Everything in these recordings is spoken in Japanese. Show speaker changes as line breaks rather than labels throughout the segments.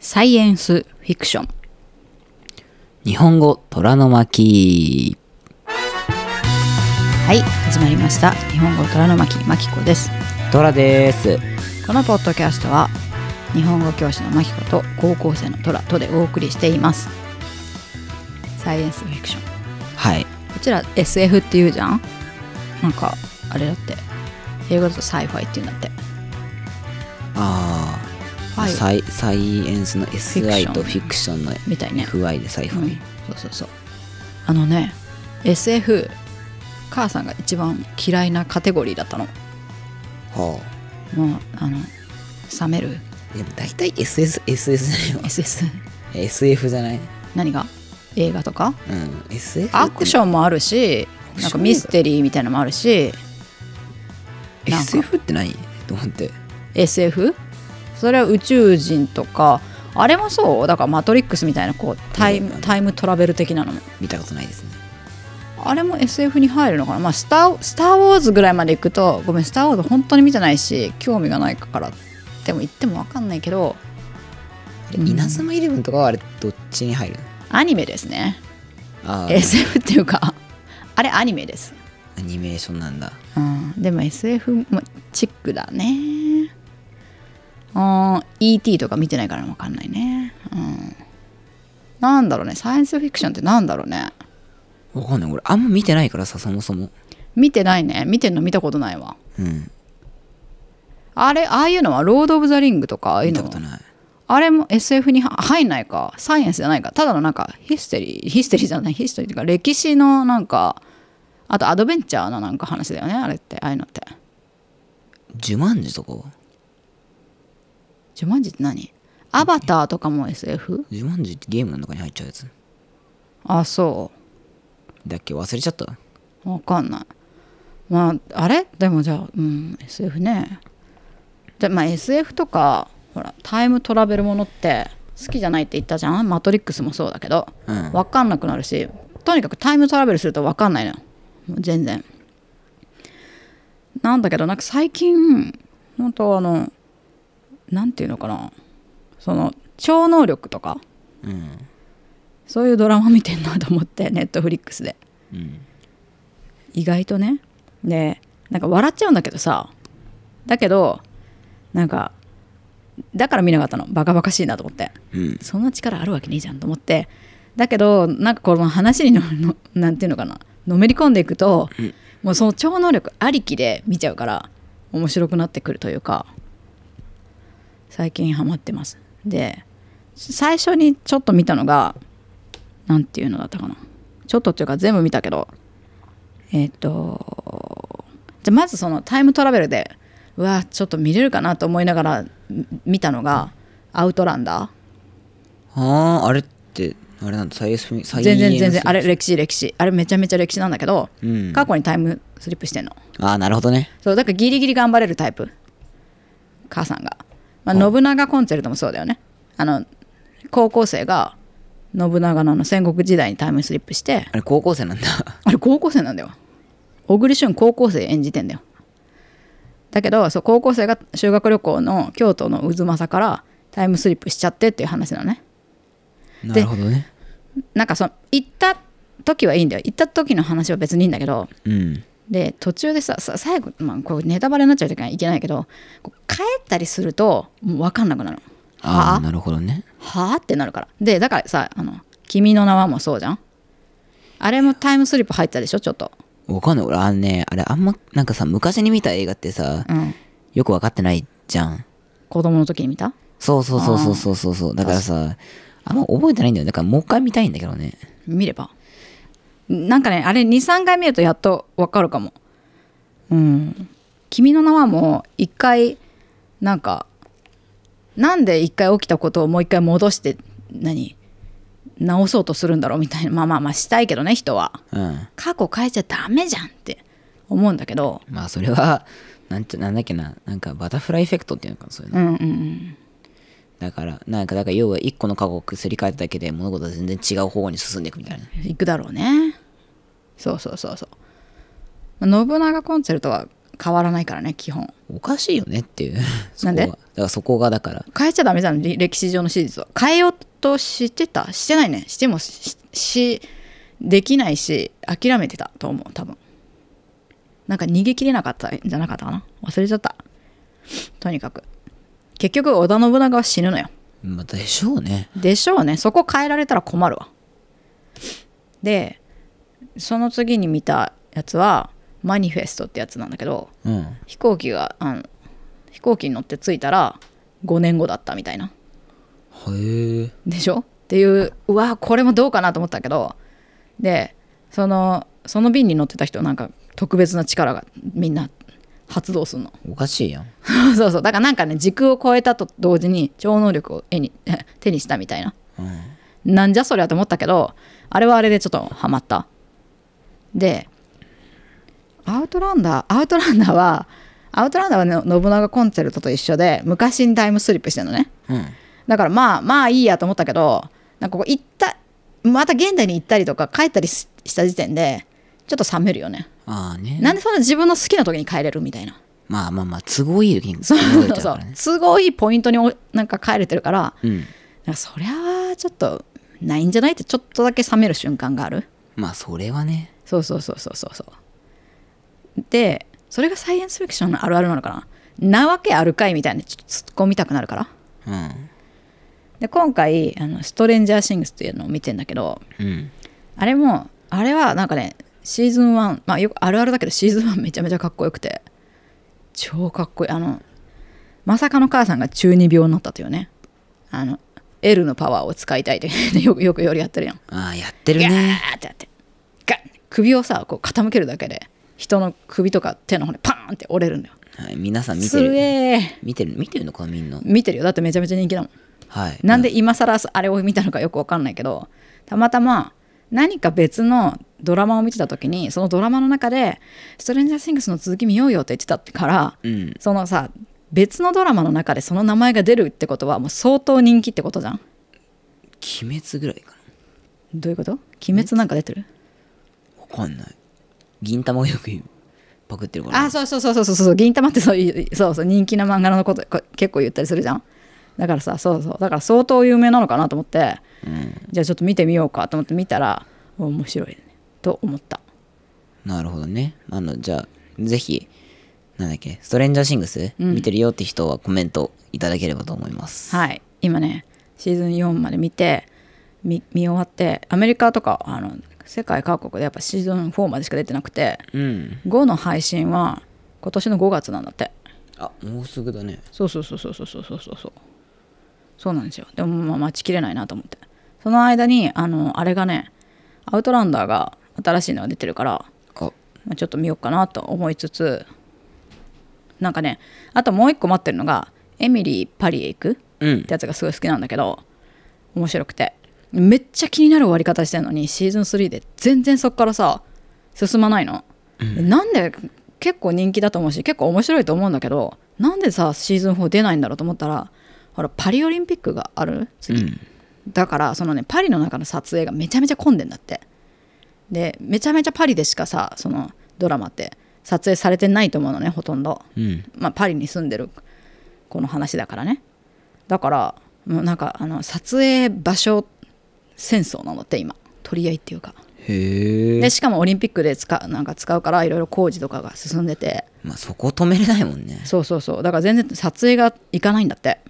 サイエンスフィクション
日本語虎の巻
はい始まりました日本語虎の巻巻子です
虎です
このポッドキャストは日本語教師の巻子と高校生の虎とでお送りしていますサイエンスフィクション
はい
こちら SF って言うじゃんなんかあれだって英語だとサイファイって言うんだって
ああ、
はい
サイサイエンスの
ション
SI とフィクションの
みたいね
FI でサイファイ、
うんそうそうそうあのね SF 母さんが一番嫌いなカテゴリーだったの
は
もうあの冷める
あでも大体 SS, SS じゃないわ
SS
SF じゃない
何が映画とか
うん SF
アクシ
ョン
ョンもあるし
アクション
なんかミステリーみたいなのもあるしなんか
SF って何と思って
SF それは宇宙人とかあれもそうだからマトリックスみたいなこうタイムタイムトラベル的なのも
見たことないですね
あれも SF に入るのかなまあスター「スター・ウォーズ」ぐらいまで行くとごめん「スター・ウォーズ」本当に見てないし興味がないからでも言っても分かんないけど
あれ稲妻イレブンとかはあれどっちに入るの
アニメですね
ああ
SF っていうかあれアニメです、
アニメーションなんだ
うん、でも SF もチックだねうん ET とか見てないから分かんないねうんなんだろうねサイエンスフィクションってなんだろうね
わかんない俺あんま見てないからさそもそも
見てないね見てんの見たことないわ
うん
あれああいうのはロード・オブ・ザ・リングとかああいう
見
の
た
は
ことない
あれも SF には入んないか、サイエンスじゃないか、ただのなんかヒステリー、ヒステリーじゃない、ヒステリーとか歴史のなんか、あとアドベンチャーのなんか話だよね、あれって、ああいうのって。
ジュマンジとかは
ジュマンジって何アバターとかも SF?
ジュマンジってゲームの中に入っちゃうやつ
あ、そ
だっけ忘れちゃった
う。わかんない。まあ、あれでもじゃあ、うん、SF ね。で、まあ SF とか、ほら、タイムトラベルものって好きじゃないって言ったじゃんマトリックスもそうだけど。
うん
分かんなくなるしとにかくタイムトラベルすると分かんないのよもう全然なんだけどなんか最近本当あのなんていうのかなその超能力とか
うん
そういうドラマ見てんなと思ってネットフリックスで
うん
意外とねでなんか笑っちゃうんだけどさだけどなんかだから見なかったのバカバカしいなと思って
うん
そんな力あるわけねえじゃんと思ってだけどなんかこの話にののなんていうのかなのめり込んでいくと、
うん
もうその超能力ありきで見ちゃうから面白くなってくるというか最近ハマってますで最初にちょっと見たのがなんていうのだったかなちょっとっていうか全部見たけどえっ、とじゃあまずそのタイムトラベルでうわちょっと見れるかなと思いながらみ見たのが「アウトランダー」
あああれってあれなんだサイエンスフィサイエ
全
ンス
然全然あれ歴史歴史あれめちゃめちゃ歴史なんだけど、
うん
過去にタイムスリップしてんの
ああなるほどね
そうだからギリギリ頑張れるタイプ母さんが、まあ、
あ
信長コンチェルトもそうだよねあの高校生が信長のあの戦国時代にタイムスリップして
あれ高校 生なんだ
あれ高校生なんだよ小栗旬高校生演じてんだよだけどそう高校生が修学旅行の京都の渦政からタイムスリップしちゃってっていう話なのね
なるほどね
なんかその行った時はいいんだよ行った時の話は別にいいんだけど
うん
で途中でささ最後、まあ、こうネタバレになっちゃうといけないけどこう帰ったりするともう分かんなくなるの
ああ
は
なるほどね
あはあってなるからでだからさ「あの君の名は」もそうじゃんあれもタイムスリップ入ったでしょちょっと
わかんない俺あのねあれあんまなんかさ昔に見た映画ってさ
うん
よくわかってないじゃん
子供の時に見た
そうそうそうそうそうそうそうだからさあんま覚えてないんだよだからもう一回見たいんだけどね
見ればなんかねあれ23回見るとやっと分かるかもうん「君の名は」も一回なんかなんで一回起きたことをもう一回戻して何直そうとするんだろうみたいなまあまあまあしたいけどね人は
うん
過去変えちゃダメじゃんって思うんだけど
まあそれはなんちゃなんだっけななんかバタフライエフェクトっていうのかなそういうの
うんうんうん
だからなんかだから要は一個の過去をすり替えただけで物事は全然違う方向に進んでいくみたいな
行くだろうねそうそうそうそうまあ信長コンチェルトは変わらないからね基本
おかしいよねっ ていうそこ
な
が
んで
だからそこがだから
変えちゃダメだのり歴史上の史実を変えようとしてたしてないねしてもししできないし諦めてたと思う多分なんか逃げきれなかったんじゃなかったかな忘れちゃったとにかく結局織田信長は死ぬのよ
まあでしょうね
でしょうねそこ変えられたら困るわでその次に見たやつはマニフェストってやつなんだけど
うん
飛行機があの飛行機に乗って着いたら5年後だったみたいな
へえ
でしょっていううわこれもどうかなと思ったけどでそのその便に乗ってた人なんか特別な力がみんな発動するの
おかしいやん
そうそうだからなんかね時空を超えたと同時に超能力を絵に 手にしたみたいな
うん
なんじゃそりゃと思ったけどあれはあれでちょっとハマったでアウトランダーアウトランダーはアウトランダーはね信長コンセルトと一緒で昔にタイムスリップしてるのね
うん
だからまあまあいいやと思ったけどなんかこう行ったまた現代に行ったりとか帰ったりしした時点でちょっと冷めるよね、
ああ
な
ね
んでそんな自分の好きな時に帰れるみたいな
まあまあまあ都合いい時に
そう
戻れ
そう
ち
そ
ゃう
う
からね
都合いいポイントにおなんか帰れてるから
うん
なんかそりゃあちょっとないんじゃないってちょっとだけ冷める瞬間がある
まあそれはね
そうそうそうそうそうそうでそれがサイエンスフィクションのあるあるなのかななわけあるかいみたいなちょっと突っ込みたくなるから
うん
で今回あの「ストレンジャー・シングス」っていうのを見てんだけど
うん
あれもあれはなんかねシーズン1まあよくあるあるだけどシーズン1めちゃめちゃかっこよくて超かっこいいあのまさかの母さんが中二病になったというねあの L のパワーを使いたいというね よくよくよりやってるやん
ああやってる
ガ
ね
ーってやってガン首をさこう傾けるだけで人の首とか手の骨パーンって折れるんだよ
はい皆さん見
す
てる
えー
見てる見てるのかみんな
見てるよだってめちゃめちゃ人気だもん
はい
なんで今更あれを見たのかよくわかんないけどたまたま何か別のドラマを見てた時にそのドラマの中で「ストレンジャー・シングス」の続き見ようよって言ってたから、
うん
そのさ別のドラマの中でその名前が出るってことはもう相当人気ってことじゃん
鬼滅ぐらいか
どういうこと鬼滅なんか出てる
なわかんない銀玉がよくパクってるから
あそうそうそうそうそうそう銀玉ってそういうそうそう人気な漫画のことこ結構言ったりするじゃんだからさそうそうだから相当有名なのかなと思って
うん
じゃあちょっと見てみようかと思って見たら面白いねと思った
なるほどねあのじゃあぜひなんだっけストレンジャーシングス、見てるよって人はコメントいただければと思います
はい今ねシーズン4まで見て見見終わってアメリカとかあの世界各国でやっぱシーズン4までしか出てなくて
うん
5の配信は今年の5月なんだって
あもうすぐだね
そうそうそうそうそうそうそうそうそうそうなんですよでもまあ待ちきれないなと思ってその間にあのあれがねアウトランダーが新しいのが出てるから、
あ
まあ、ちょっと見ようかなと思いつつなんかねあともう一個待ってるのが「エミリー・パリへ行く」
う
っ
ん
てやつがすごい好きなんだけど面白くてめっちゃ気になる終わり方してんのにシーズン3で全然そっからさ進まないの、なんで結構人気だと思うし結構面白いと思うんだけどなんでさシーズン4出ないんだろうと思ったらほらパリオリンピックがある次、
うん
だからそのねパリの中の撮影がめちゃめちゃ混んでんだってでめちゃめちゃパリでしかさそのドラマって撮影されてないと思うのねほとんど
うん
まあ、パリに住んでるこの話だからねだからもうなんかあの撮影場所戦争なのって今取り合いっていうか
へえ
でしかもオリンピックで使うなんか使うからいろいろ工事とかが進んでて
まあそこ止めれないもんね
そうそうそうだから全然撮影がいかないんだって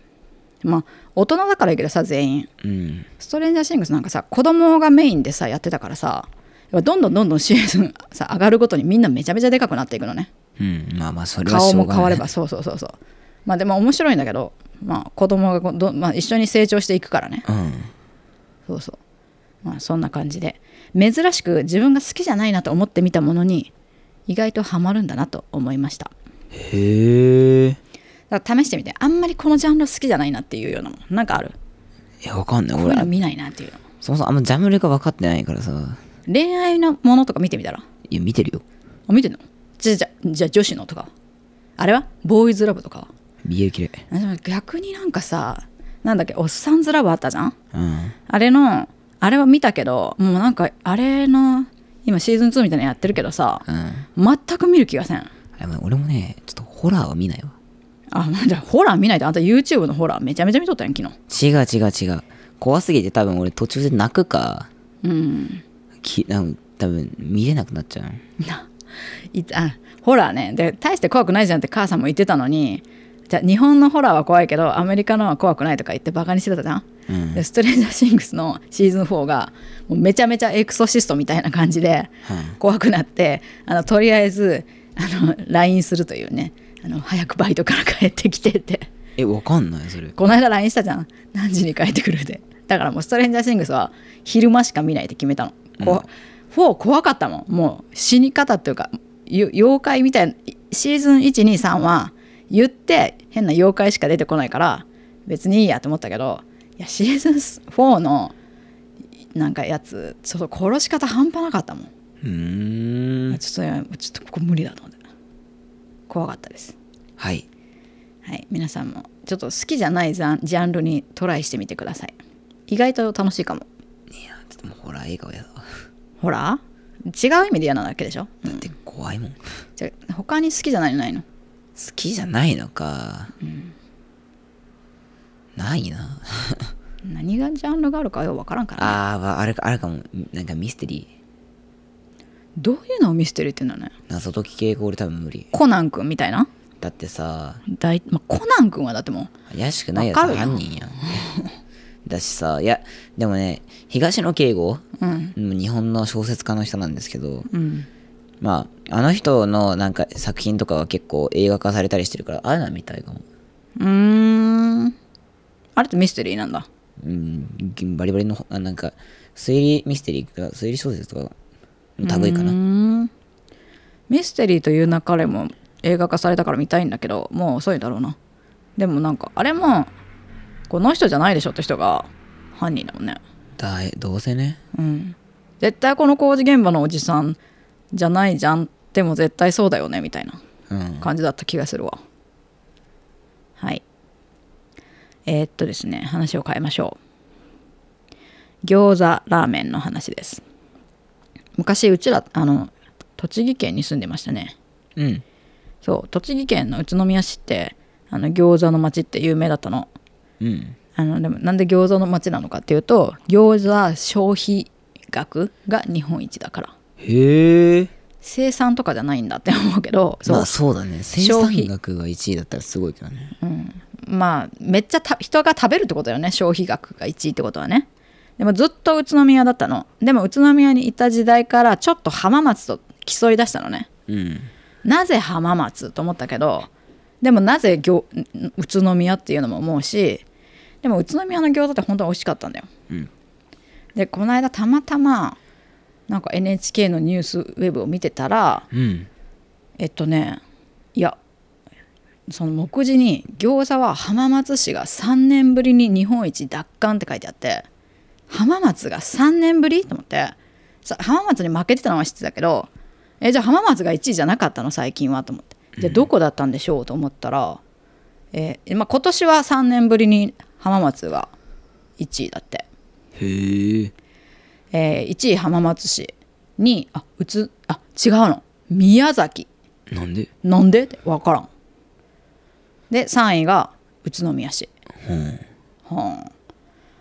まあ大人だからいいけどさ全員
うん
ストレンジャーシングスなんかさ子供がメインでさやってたからさやっぱどんどんどんどんシーズンさ上がるごとにみんなめちゃめちゃでかくなっていくのね
うんまあまあそれはし
顔
ょうが
も
ない
変わればそうそうそうそうまあでも面白いんだけどまあ子供がこうど、まあ、一緒に成長していくからね
うん
そうそうまあそんな感じで珍しく自分が好きじゃないなと思ってみたものに意外とハマるんだなと思いました
へえ
だから試してみてあんまりこのジャンル好きじゃないなっていうようなもんなんかある
いやわかんない
こういうの
俺
見ないなっていうの
そもそもあんまジャンルが分かってないからさ
恋愛のものとか見てみたら
いや見てるよ
あ見てんのじゃじゃじゃあ女子のとかあれはボーイズラブとかは
美容綺麗
でも逆になんかさなんだっけおっさんずラブあったじゃん
うん
あれのあれは見たけどもうなんかあれの今シーズン2みたいなのやってるけどさ
うん
全く見る気がせん
あまあ俺もね、ちょっとホラーは見ないわ。
あまあじゃあホラー見ないとあんた YouTube のホラーめちゃめちゃ見とったやん昨日
違う違う違う。怖すぎて多分俺途中で泣くか、
うん
きなんか多分見れなくなっちゃう。
いあホラーねで大して怖くないじゃんって母さんも言ってたのにじゃあ日本のホラーは怖いけどアメリカのは怖くないとか言ってバカにしてたじゃん、
うん
でストレンジャーシングスのシーズン4がもうめちゃめちゃエクソシストみたいな感じで
はい
怖くなってあのとりあえずあの LINE するというねあの早くバイトから帰ってきてって
え、わかんないそれ。
この間 LINE したじゃん何時に帰ってくるでだからもうストレンジャーシングスは昼間しか見ないって決めたの、こう4怖かったもんもう死に方っていうかよ妖怪みたいないシーズン123は言って変な妖怪しか出てこないから別にいいやと思ったけどいやシーズン4のなんかやつちょっと殺し方半端なかったもん
うーん。
ちょっといやちょっとここ無理だと思って怖かったです
はい。
はい、皆さんもちょっと好きじゃないジャンジャンルにトライしてみてください意外と楽しいかも
いや、ちょっともうホラー映画はやだわ。
ほら違う意味で嫌なだけでしょ、う
だっ
ん
て怖いもん。好
じゃあ他に好きじゃないのないの
きじゃないのか。な いな。
何がジャンルがあるかようわからんから、ね、
あー、わあれか、あれかも。なんかミステリー。
どういうのを見せてるって言うんだね
謎解き系が俺多分無理。
コナン君みたいな
だってさ、
だい、まあ、コナン君はだっても
怪しくないやつ
わかるよ
犯人やん。 だしさ、いや、でもね、東野圭吾、
ううん
日本の小説家の人なんですけど、
うん
まあ、あの人のなんか作品とかは結構映画化されたりしてるから、ああいうのは見たいかも。
うーんあれってミステリーなんだ
うん、バリバリの、あなんか、推理ミステリーが、推理小説とかの類いうか
ー
な。
んミステリーという流れも映画化されたから見たいんだけどもう遅いだろうなでもなんかあれもこの人じゃないでしょって人が犯人だもんね
だい、どうせね。
うん絶対この工事現場のおじさんじゃないじゃんでも絶対そうだよねみたいな
うん。
感じだった気がするわはいえーっとですね話を変えましょう餃子ラーメンの話です昔うちらあの栃木県に住んでましたね
うん。
そう栃木県の宇都宮市ってあの餃子の町って有名だったの
うん。
あのでもなんで餃子の町なのかっていうと餃子消費額が日本一だから
へえ。
生産とかじゃないんだって思うけどそう、
まあそうだね。生
消費
産額が1位だったらすごいけどね。
まあめっちゃた人が食べるってことだよね消費額が1位ってことはねでもずっと宇都宮だったのでも宇都宮にいた時代からちょっと浜松と競い出したのね
うん。
なぜ浜松と思ったけどでもなぜ餃ん宇都宮っていうのも思うしでも宇都宮の餃子って本当に美味しかったんだよ、
うん
でこの間たまたまなんか NHK のニュースウェブを見てたら
うん。
えっとねいやその目次に「餃子は浜松市が3年ぶりに日本一奪還」って書いてあって浜松が3年ぶりと思ってさ浜松に負けてたのは知ってたけどえじゃあ浜松が1位じゃなかったの最近はと思ってじゃあどこだったんでしょうと思ったら、えーまあ、今年は3年ぶりに浜松が1位だって。
へえ。
え1位浜松市にあうつあ違うの宮崎
なんで
なんでって分からんで3位が宇都宮市はあ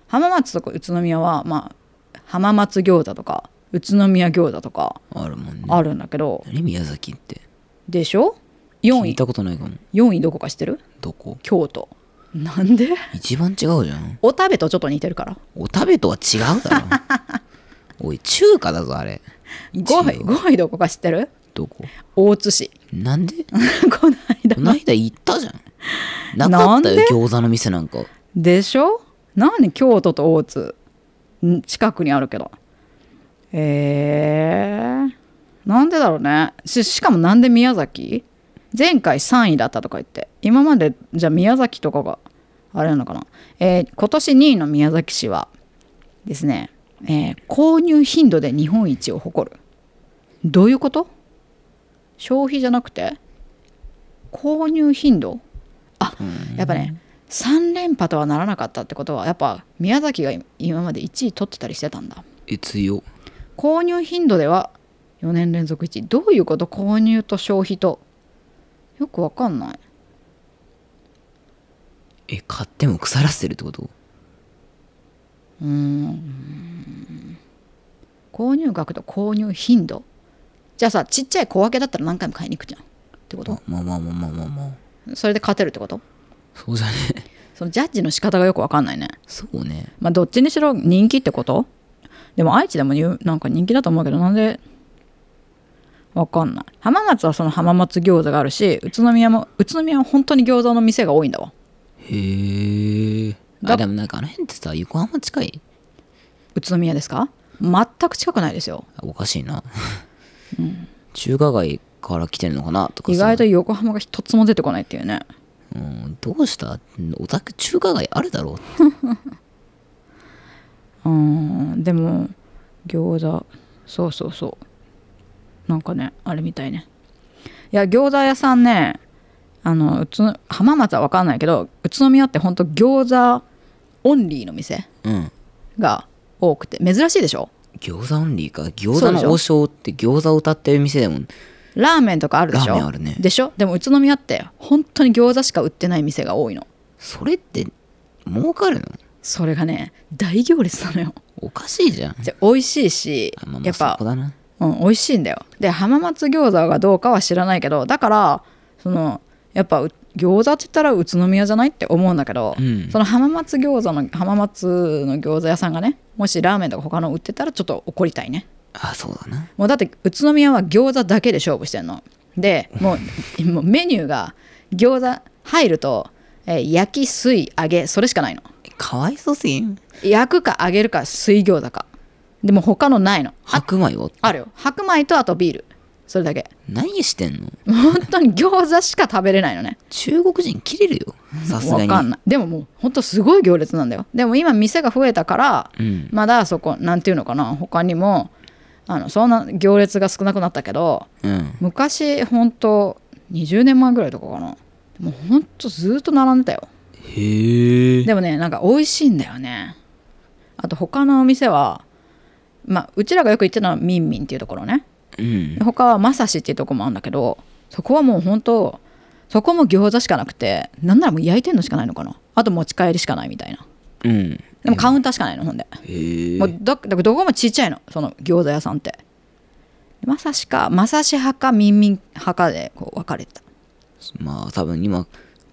浜松とか宇都宮はまあ浜松餃子とか宇都宮餃子とか
あるもんね。
あるんだけど、
何宮崎って。
でしょ
聞
4
い
位
たことないかも。
4位どこか知ってる
どこ
京都なんで
一番違うじゃん。
お食べとちょっと似てるから
お食べとは違うだ ろ。おい、中華だぞ、あれ。
5位
一応
5位どこか知ってる
どこ
大津市
なんで
この間
この間行ったじゃん。なかったよ
なんで、
餃子の店なんか。
でしょ何京都と大津ん近くにあるけどえー、なんでだろうねししかもなんで宮崎前回3位だったとか言って今までじゃあ宮崎とかがあれなのかな、えー今年2位の宮崎市はですね、えー購入頻度で日本一を誇るどういうこと消費じゃなくて購入頻度あ、やっぱね3連覇とはならなかったってことはやっぱ宮崎が今まで1位取ってたりしてたんだ
え、強。
購入頻度では4年連続1位どういうこと購入と消費とよくわかんない
え買っても腐らせてるってこと
うーん購入額と購入頻度じゃあさちっちゃい小分けだったら何回も買いに行くじゃんってこ
ま
と
まあまあまあまあまあまあ
それで勝てるってこと
そ うじゃね
そのジャッジの仕方がよくわかんないね
そうね
まあどっちにしろ人気ってことでも愛知でも言うなんか人気だと思うけどなんでわかんない浜松はその浜松餃子があるし宇都宮も宇都宮は本当に餃子の店が多いんだわ
へえ
だ
あでもなんかあの辺ってさ横浜近い
宇都宮ですか全く近くないですよ
あおかしいな、中華街から来てるのかなとか
意
さ
外と横浜が一つも出てこないっていうね
うん、どうしたオタク中華街あるだろ
うーんでも餃子そうそうそうなんかねあれみたいねいや餃子屋さんねあのうつ浜松は分かんないけど宇都宮ってほんと餃子オンリーの店
う、うん、
が多くて珍しいでしょ
餃子オンリーか餃
そ
子
うでし
の
ょ
王将って餃子を歌ってる店でも
ラーメンとかあるでしょ
ラーメンあるね
でしょでも宇都宮って本当に餃子しか売ってない店が多いの
それって儲かるの
それがね大行列なのよ
おかしいじゃん
で美味しいし
あまあま
や
あ
っ
そ
ぱ
こだな
うん、美味しいんだよで浜松餃子がどうかは知らないけどだからそのやっぱう餃子って言ったら宇都宮じゃないって思うんだけど、
うん
その浜松餃子の浜松の餃子屋さんがねもしラーメンとか他の売ってたらちょっと怒りたいね
あそうだな
もうだって宇都宮は餃子だけで勝負してんのでもう もうメニューが餃子入ると、えー焼き水揚げそれしかないの
えかわいそうすぎん
焼くか揚げるか水餃子かでも他のないの
白米を
あるよ白米とあとビールそれだけ
何してんの
本当に餃子しか食べれないのね
中国人切れるよさすが
わ
に
かんないでももう本当すごい行列なんだよでも今店が増えたから、
うん
まだそこなんていうのかな他にもあのそんな行列が少なくなったけど
うん
昔本当20年前ぐらいとかかなもう本当ずっと並んでたよ
へえ
でもねなんか美味しいんだよねあと他のお店はまあうちらがよく行ってたのはミンミンっていうところね
うん
で他はまさしっていうとこもあるんだけどそこはもう本当そこも餃子しかなくてなんならもう焼いてんのしかないのかなあと持ち帰りしかないみたいな
うん
でもカウンターしかないのほんで
へえ
もうどだからどこもちっちゃいのその餃子屋さんってまさしかまさし派かみんみん派かでこう分かれてた
まあ多分今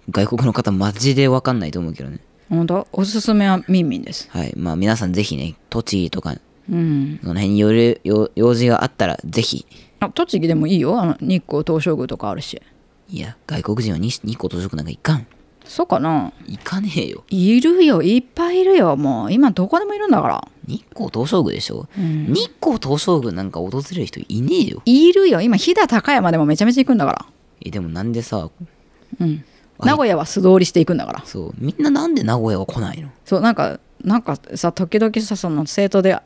外国の方マジで分かんないと思うけどね
本当おすすめはみんみんです
はいまあ皆さんぜひね栃木とか
うん
その辺によるよ用事があったらぜひ
あ栃木でもいいよあの日光東照宮とかあるし
いや外国人はに日光東照宮なんか行かん
そうかな
行かねえよ
いるよいっぱいいるよもう今どこでもいるんだから
日光東照宮でしょ、日光東照宮なんか訪れる人いねえよ
いるよ今飛騨高山でもめちゃめちゃ行くんだから
えでもなんでさ
うん、
あ
名古屋は素通りしていくんだから
そうみんななんで名古屋は来ないの
そうなんかなんかさ時々さその生徒で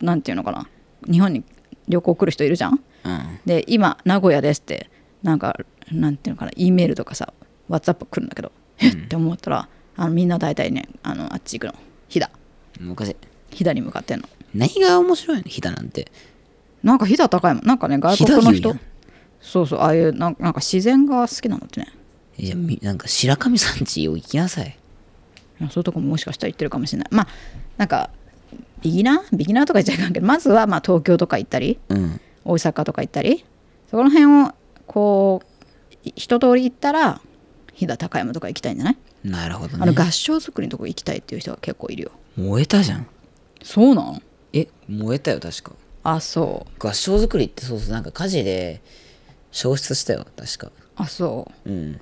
なんていうのかな日本に旅行来る人いるじゃん
うん
で今名古屋ですってなんかなんていうのかな E メールとかさ WhatsApp 来るんだけどえっって思ったらあのみんな大体ねあのあっち行くの飛騨
昔
飛騨に向かってんの
何が面白いの飛騨なんて
なんか飛騨高山なんかね外国の
飛騨牛や
人
ん
そうそうああいうなんかなんか自然が好きなんだってね
えじゃあみなんか白神山地を行きなさい
いやそういうとこももしかしたら行ってるかもしれないまあなんかビギナービギナーとか言っちゃいかんけどまずはまあ東京とか行ったり
うん
大阪とか行ったりそこの辺をこうい一通り行ったら飛騨高山とか行きたいんじゃない、
なるほど
あの
ね
合掌造りのとこ行きたいっていう人が結構いるよ
燃えたじゃん
そうなの
え燃えたよ確か
あそ
合掌造りってそうそうなんか火事で焼失したよ確か
うあそう
うんな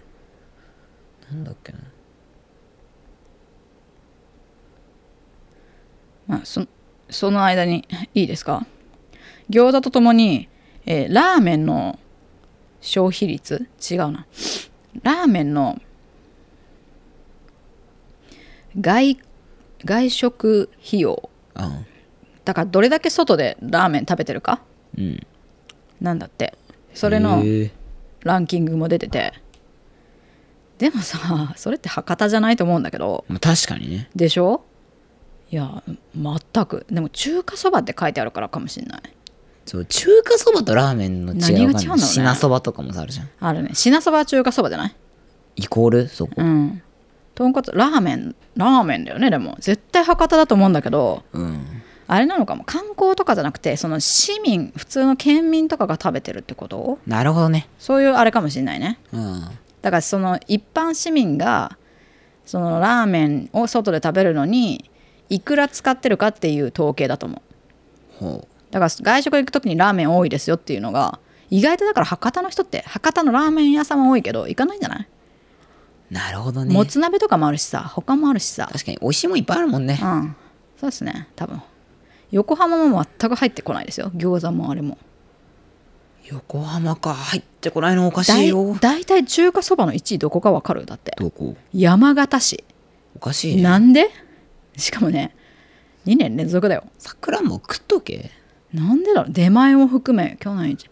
んだっけな
まあそその間にいいですか餃子とともに、えーラーメンの消費率違うなラーメンの外外食費用
あ
だからどれだけ外でラーメン食べてるか
うん
なんだってそれの
へえ
ランキングも出ててでもさそれって博多じゃないと思うんだけど
まあ、確かにね
でしょいや全くでも中華そばって書いてあるからかもしんない
そう中華そばとラーメンの違い
何が
わかん
違うだろ
なんい
うね
品そばとかもさあるじゃん
あるね品そばは中華そばじゃない
イコールそこ
うんとんかつラーメンラーメンだよねでも絶対博多だと思うんだけど
うん
あれなのかも観光とかじゃなくてその市民普通の県民とかが食べてるってこと
なるほどね
そういうあれかもしれないね
うん
だからその一般市民がそのラーメンを外で食べるのにいくら使ってるかっていう統計だと思う
ほ
だから外食行く時にラーメン多いですよっていうのが意外とだから博多の人って博多のラーメン屋さんは多いけど行かないんじゃない、
うなるほどね
もつ鍋とかもあるしさ他もあるしさ
確かに美味しいもんいっぱいあるもんね
うんそうですね多分横浜も全く入ってこないですよ餃子もあれも
横浜か入ってこないのおか
だ
しい
い
よ
大体中華そばの1位どこかわかるだって
どこ
山形市
おかしいね
なんでしかもね2年連続だよ
さくらんぼ食っとけ
なんでだろう出前も含め去年一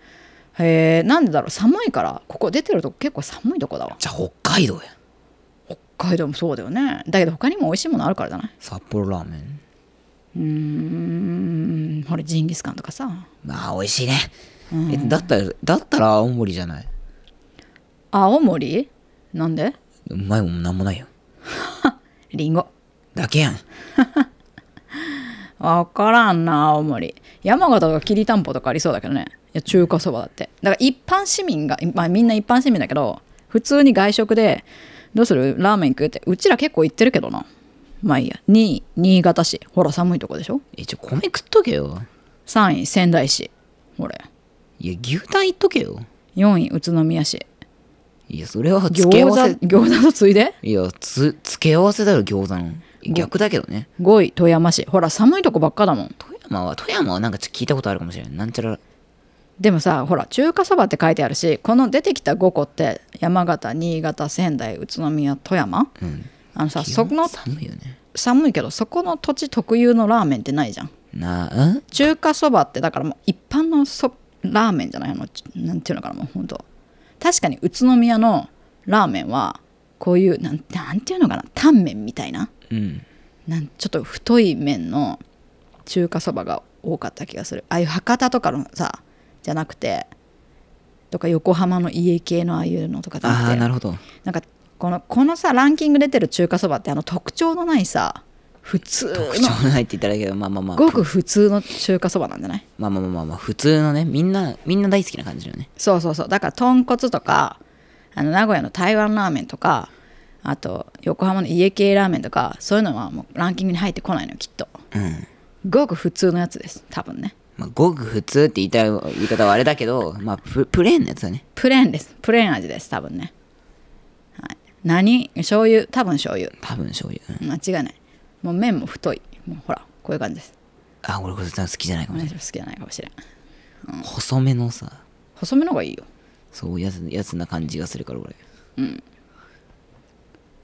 へえなんでだろう寒いからここ出てるとこ結構寒いとこだわ
じゃあ北海道や
北海道もそうだよねだけど他にも美味しいものあるからじゃない
札幌ラーメン
うーんほらジンギスカンとかさ
まあ美味しいね、えだったらだったら青森じゃない
青森なんで
うまいもんなんもないよ
リンゴ
だけやん
わからんな青森山形とかきりたんぽとかありそうだけどねいや中華そばだってだから一般市民が、まあ、みんな一般市民だけど普通に外食で「どうするラーメン食う?」ってうちら結構行ってるけどなまあいいや2位新潟市ほら寒いとこでしょ
えちょ米食っとけよ
3位仙台市ほれ
いや牛タンいっとけよ
4位宇都宮市
いやそれは
餃
付け合わせ
子餃子とついで
いやつ付け合わせだろ餃子の逆だけどね
5位富山市ほら寒いとこばっかだもん
富山は富山はなんかちょっと聞いたことあるかもしれないなんちゃら
でもさほら中華そばって書いてあるしこの出てきた5個って山形新潟仙台宇都宮富山
うん
あのさそこの
寒いよね
寒いけどそこの土地特有のラーメンってないじゃん
なあん
中華そばってだからもう一般のそラーメンじゃないのちなんていうのかなもう本当確かに宇都宮のラーメンはこういうなんなんていうのかなタンメンみたいな
うん
なんちょっと太い麺の中華そばが多かった気がするああいう博多とかのさじゃなくてとか横浜の家系のああいうのとかじゃなく
あ
て
あなるほど
なんかこのこのさランキング出てる中華そばってあの特徴のないさ普通
特徴
の
ないって言ったらいいけどまあまあまあ
ごく普通の中華そばなんじゃない
まあまあまあまあまあ普通のねみんなみんな大好きな感じだよね
そうそうそうだから豚骨とかあの名古屋の台湾ラーメンとかあと横浜の家系ラーメンとかそういうのはもうランキングに入ってこないのきっと
うん
ごく普通のやつです多分ね
まあごく普通って言いたい言い方はあれだけどまあププレーンのやつだね
プレーンですプレーン味です多分ね、はい、何醤油多分醤油
多分醤油、うん、
間違いないもう麺も太いもうほらこういう感じです
あ俺これ多分好きじゃないかもしれ
私も好きじゃないかもしれん
ない、細めのさ
細めの方がいいよ
そうやつやつな感じがするから俺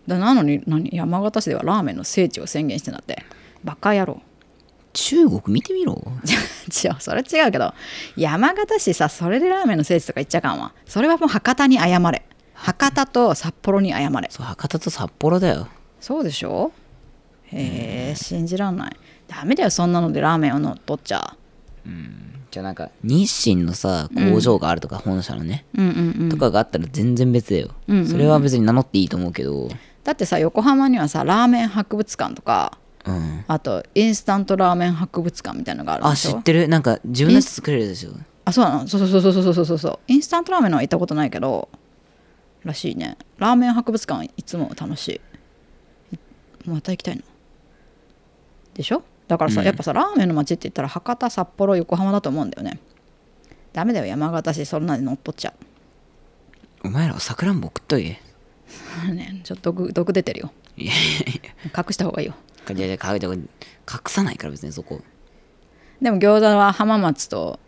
だなのに何山形市ではラーメンの聖地を宣言してんだってバカ野郎
中国見てみろ
違うそれ違うけど山形市さそれでラーメンの聖地とか言っちゃかんわそれはもう博多に謝れ博多と札幌に謝れ
そう博多と札幌だよ
そうでしょへえ信じらんないダメだよそんなのでラーメンを乗っ取っちゃ
じゃあなんか日清のさ工場があるとか本社のね、
うんうんうん
とかがあったら全然別だよ、それは別に名乗っていいと思うけど
だってさ横浜にはさラーメン博物館とか
うん
あとインスタントラーメン博物館みたいなのがあるで
あ
し
知
ょ
ってるなんか自分のやつ作れるでしょ
あそうなのそうそうそうそうそうそうそうインスタントラーメンのは行ったことないけどらしいねラーメン博物館はいつも楽しいまた行きたいなでしょだからさ、やっぱさラーメンの街って言ったら博多札幌横浜だと思うんだよねダメだよ山形市そんなに乗っ取っちゃ
お前らはさくらんぼ食っといて
うねちょっと毒毒出てるよ
いやいや
隠した方がいいよ
いやいやかじゃあ隠さないから別にそこ
でも餃子は浜松と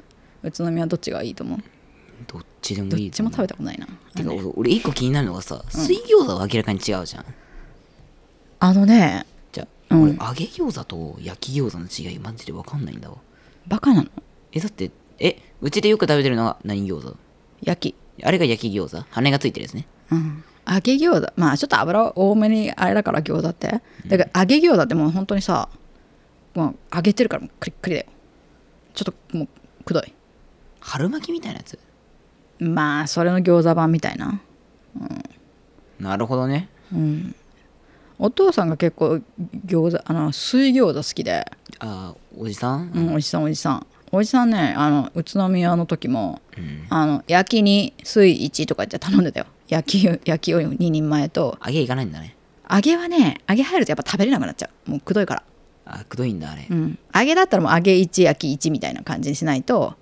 宇都宮どっちがいいと思う
どっちでも
どっ
いい
ちも食べたことないな
べてか俺俺一個気になるのがさ水餃子は明らかに違うじゃん、
あのね
じゃあ、
うん
俺揚げ餃子と焼き餃子の違いマジで分かんないんだわ
バカなの
えだってえうちでよく食べてるのが何餃子
焼き
あれが焼き餃子羽がついてるですね
うん揚げ餃子まあちょっと油多めにあれだから餃子ってだから揚げ餃子ってもう本当にさもう揚げてるからもうクリックリだよちょっともうくどい
春巻きみたいなやつ
まあそれの餃子版みたいな
なるほどね
お父さんが結構餃子あの水餃子好きで、
あーおじさん、
うん、おじさんおじさんおじさんねあの宇都宮の時も、あの焼きに水1とか言って頼んでたよ焼き焼きを2人前と
揚げいかないんだね
揚げはね揚げ入るとやっぱ食べれなくなっちゃうもうくどいから、
あくどいんだあれ、
うん、揚げだったらもう揚げ1焼き1みたいな感じにしないと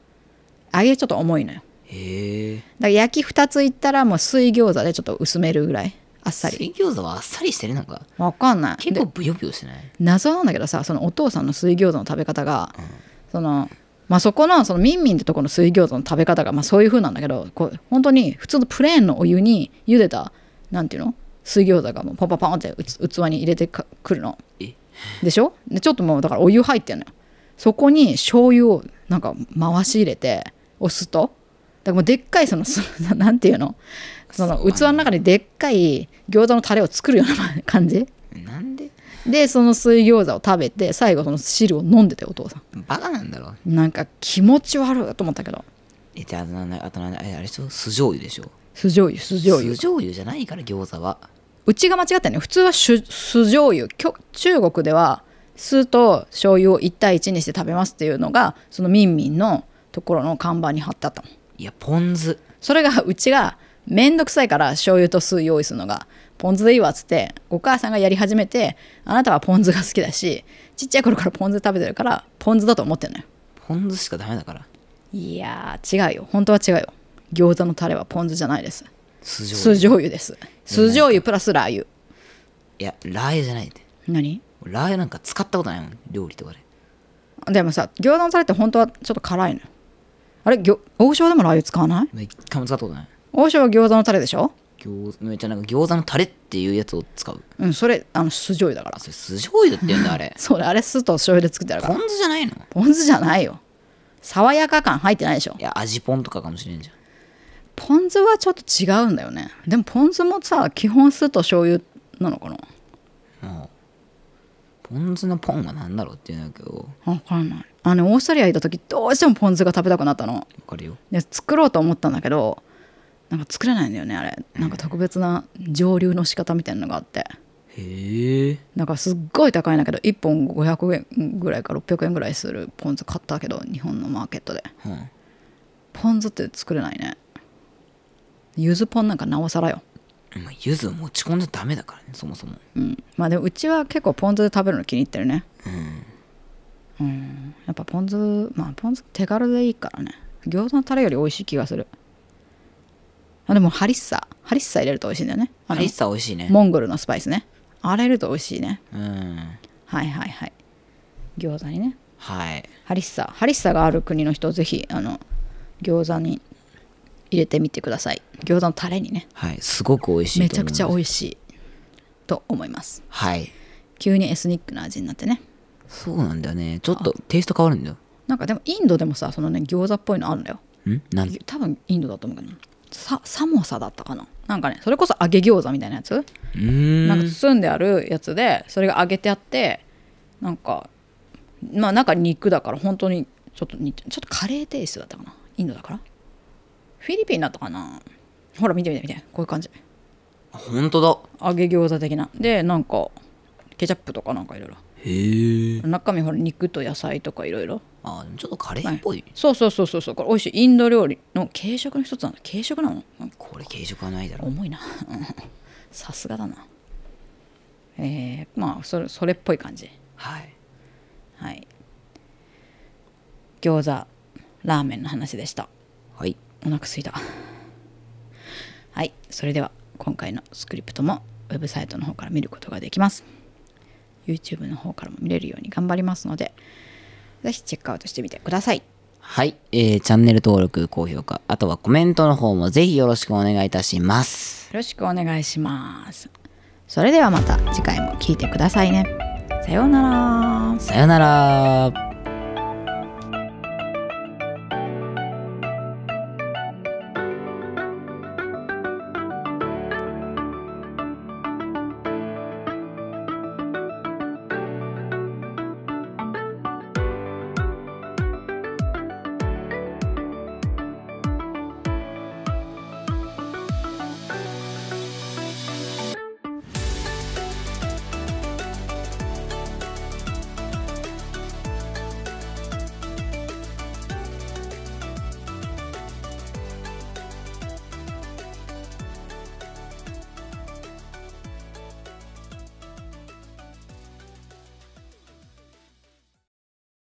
揚げちょっと重いのよ
へえ
だから焼き2ついったらもう水餃子でちょっと薄めるぐらいあっさり
水餃子はあっさりしてるなんか
わかんない
結構ブヨブヨしてない
謎なんだけどさそのお父さんの水餃子の食べ方が、そのまあそこのそのミンミンってとこの水餃子の食べ方がまあそういう風なんだけどこう本当に普通のプレーンのお湯に茹でたなんていうの水餃子がもうパンパンパンってうつ器に入れてかくるの
え
でしょでちょっともうだからお湯入ってんのよそこに醤油をなんか回し入れて押すとだからもうでっかいそのそ のなんていうのその器の中にでっかい餃子のタレを作るような感じ
なんで
でその水餃子を食べて最後その汁を飲んでてお父さ
バカなんだろ
んなんか気持ち悪いと思ったけど
えじゃああとなんだあとなんだあれあれでしょ酢醤油でしょ
酢醤油酢醤
酢
油
醤油じゃないから餃子は
うちが間違ったよね普通は酢酢醤油きょ中国では酢と醤油を1対1にして食べますっていうのがそのミンミンのところの看板に貼ってあったの
いやポン酢
それがうちがめんどくさいから醤油と酢用意するのがポン酢でいいわっつってお母さんがやり始めてあなたはポン酢が好きだしちっちゃい頃からポン酢食べてるからポン酢だと思ってんのよ
ポン酢しかダメだから
いやー違うよ本当は違うよ餃子のタレはポン酢じゃないです
酢
酢
醤油
醤油です酢醤油プラスラー油
いやラー油じゃないって
何
俺ラー油なんか使ったことないもん料理とかで
でもさ餃子のタレって本当はちょっと辛いのよあれぎょ王将でもラー油使わない
一回も使ったことない
王将は餃子のタレでしょ
餃子めっちゃなんか餃子のタレっていうやつを使う
うんそれあの酢醤油だから
あそれ酢醤油って言うんだあれ
それあれ酢と醤油で作ってあるか
ポ
ら
ン酢じゃないの
ポン酢じゃないよ爽やか感入ってないでしょ
いや味ポンとかかもしれんじゃん
ポン酢はちょっと違うんだよねでもポン酢もさ基本酢と醤油なのかな
ポン酢のポンは何だろうっていうんだけど
わかんないあのオーストリア行った時どうしてもポン酢が食べたくなったの
わかるよ
で作ろうと思ったんだけどなんか作れないんだよねあれなんか特別な蒸留の仕方みたいなのがあって
へえ
なんかすっごい高いんだけど1本500円ぐらいか600円ぐらいするポン酢買ったけど日本のマーケットで
うん
ポン酢って作れないねゆずポンなんかなおさらよ
まあ柚子を持ち込んじゃダメだからねそもそも
うんまあでもうちは結構ポン酢で食べるの気に入ってるね
うん
うんやっぱポン酢まあポン酢手軽でいいからね餃子のタレより美味しい気がするあでもハリッサハリッサ入れると美味しいんだよねあ
ハ
の
リッサ美味しいね
モンゴルのスパイスねあれ入れると美味しいね
うん
はいはいはい餃子にね
はい
ハリッサハリッサがある国の人ぜひあの餃子に入れてみてください餃子のタレにね
はいすごく美味しい
め
と
ちゃ
思いま
く
す
ちゃ美味しいと思います
はい
急にエスニックな味になってね
そうなんだよねちょっとテイスト変わるんだよ
なんかでもインドでもさそのね餃子っぽいのあるんだよ
んなん
多分インドだと思うけどさサモサだったかななんかねそれこそ揚げ餃子みたいなやつ、
うーん
なんか包んであるやつでそれが揚げてあってなんかまあ中肉だから本当にちょっと似てちょっとカレーテイストだったかなインドだからフィリピンだったかなほら見て見て見てこういう感じ
本当だ
揚げ餃子的なでなんかケチャップとかなんかいろいろ
へえ
中身ほら肉と野菜とかいろいろ
あでもちょっとカレーっぽい
そうそうそうそうそうこれ美味しいインド料理の軽食の一つなんだ軽食なのなんか
これ軽食はないだろ
重いな さすがだなえー、まあそれそれっぽい感じ
はい
はい餃子ラーメンの話でした
はい
お腹すいたはいそれでは今回のスクリプトもウェブサイトの方から見ることができます YouTube の方からも見れるように頑張りますのでぜひチェックアウトしてみてください
はい、えー、チャンネル登録高評価あとはコメントの方もぜひよろしくお願いいたします
よろしくお願いしますそれではまた次回も聞いてくださいねさようなら
さよなら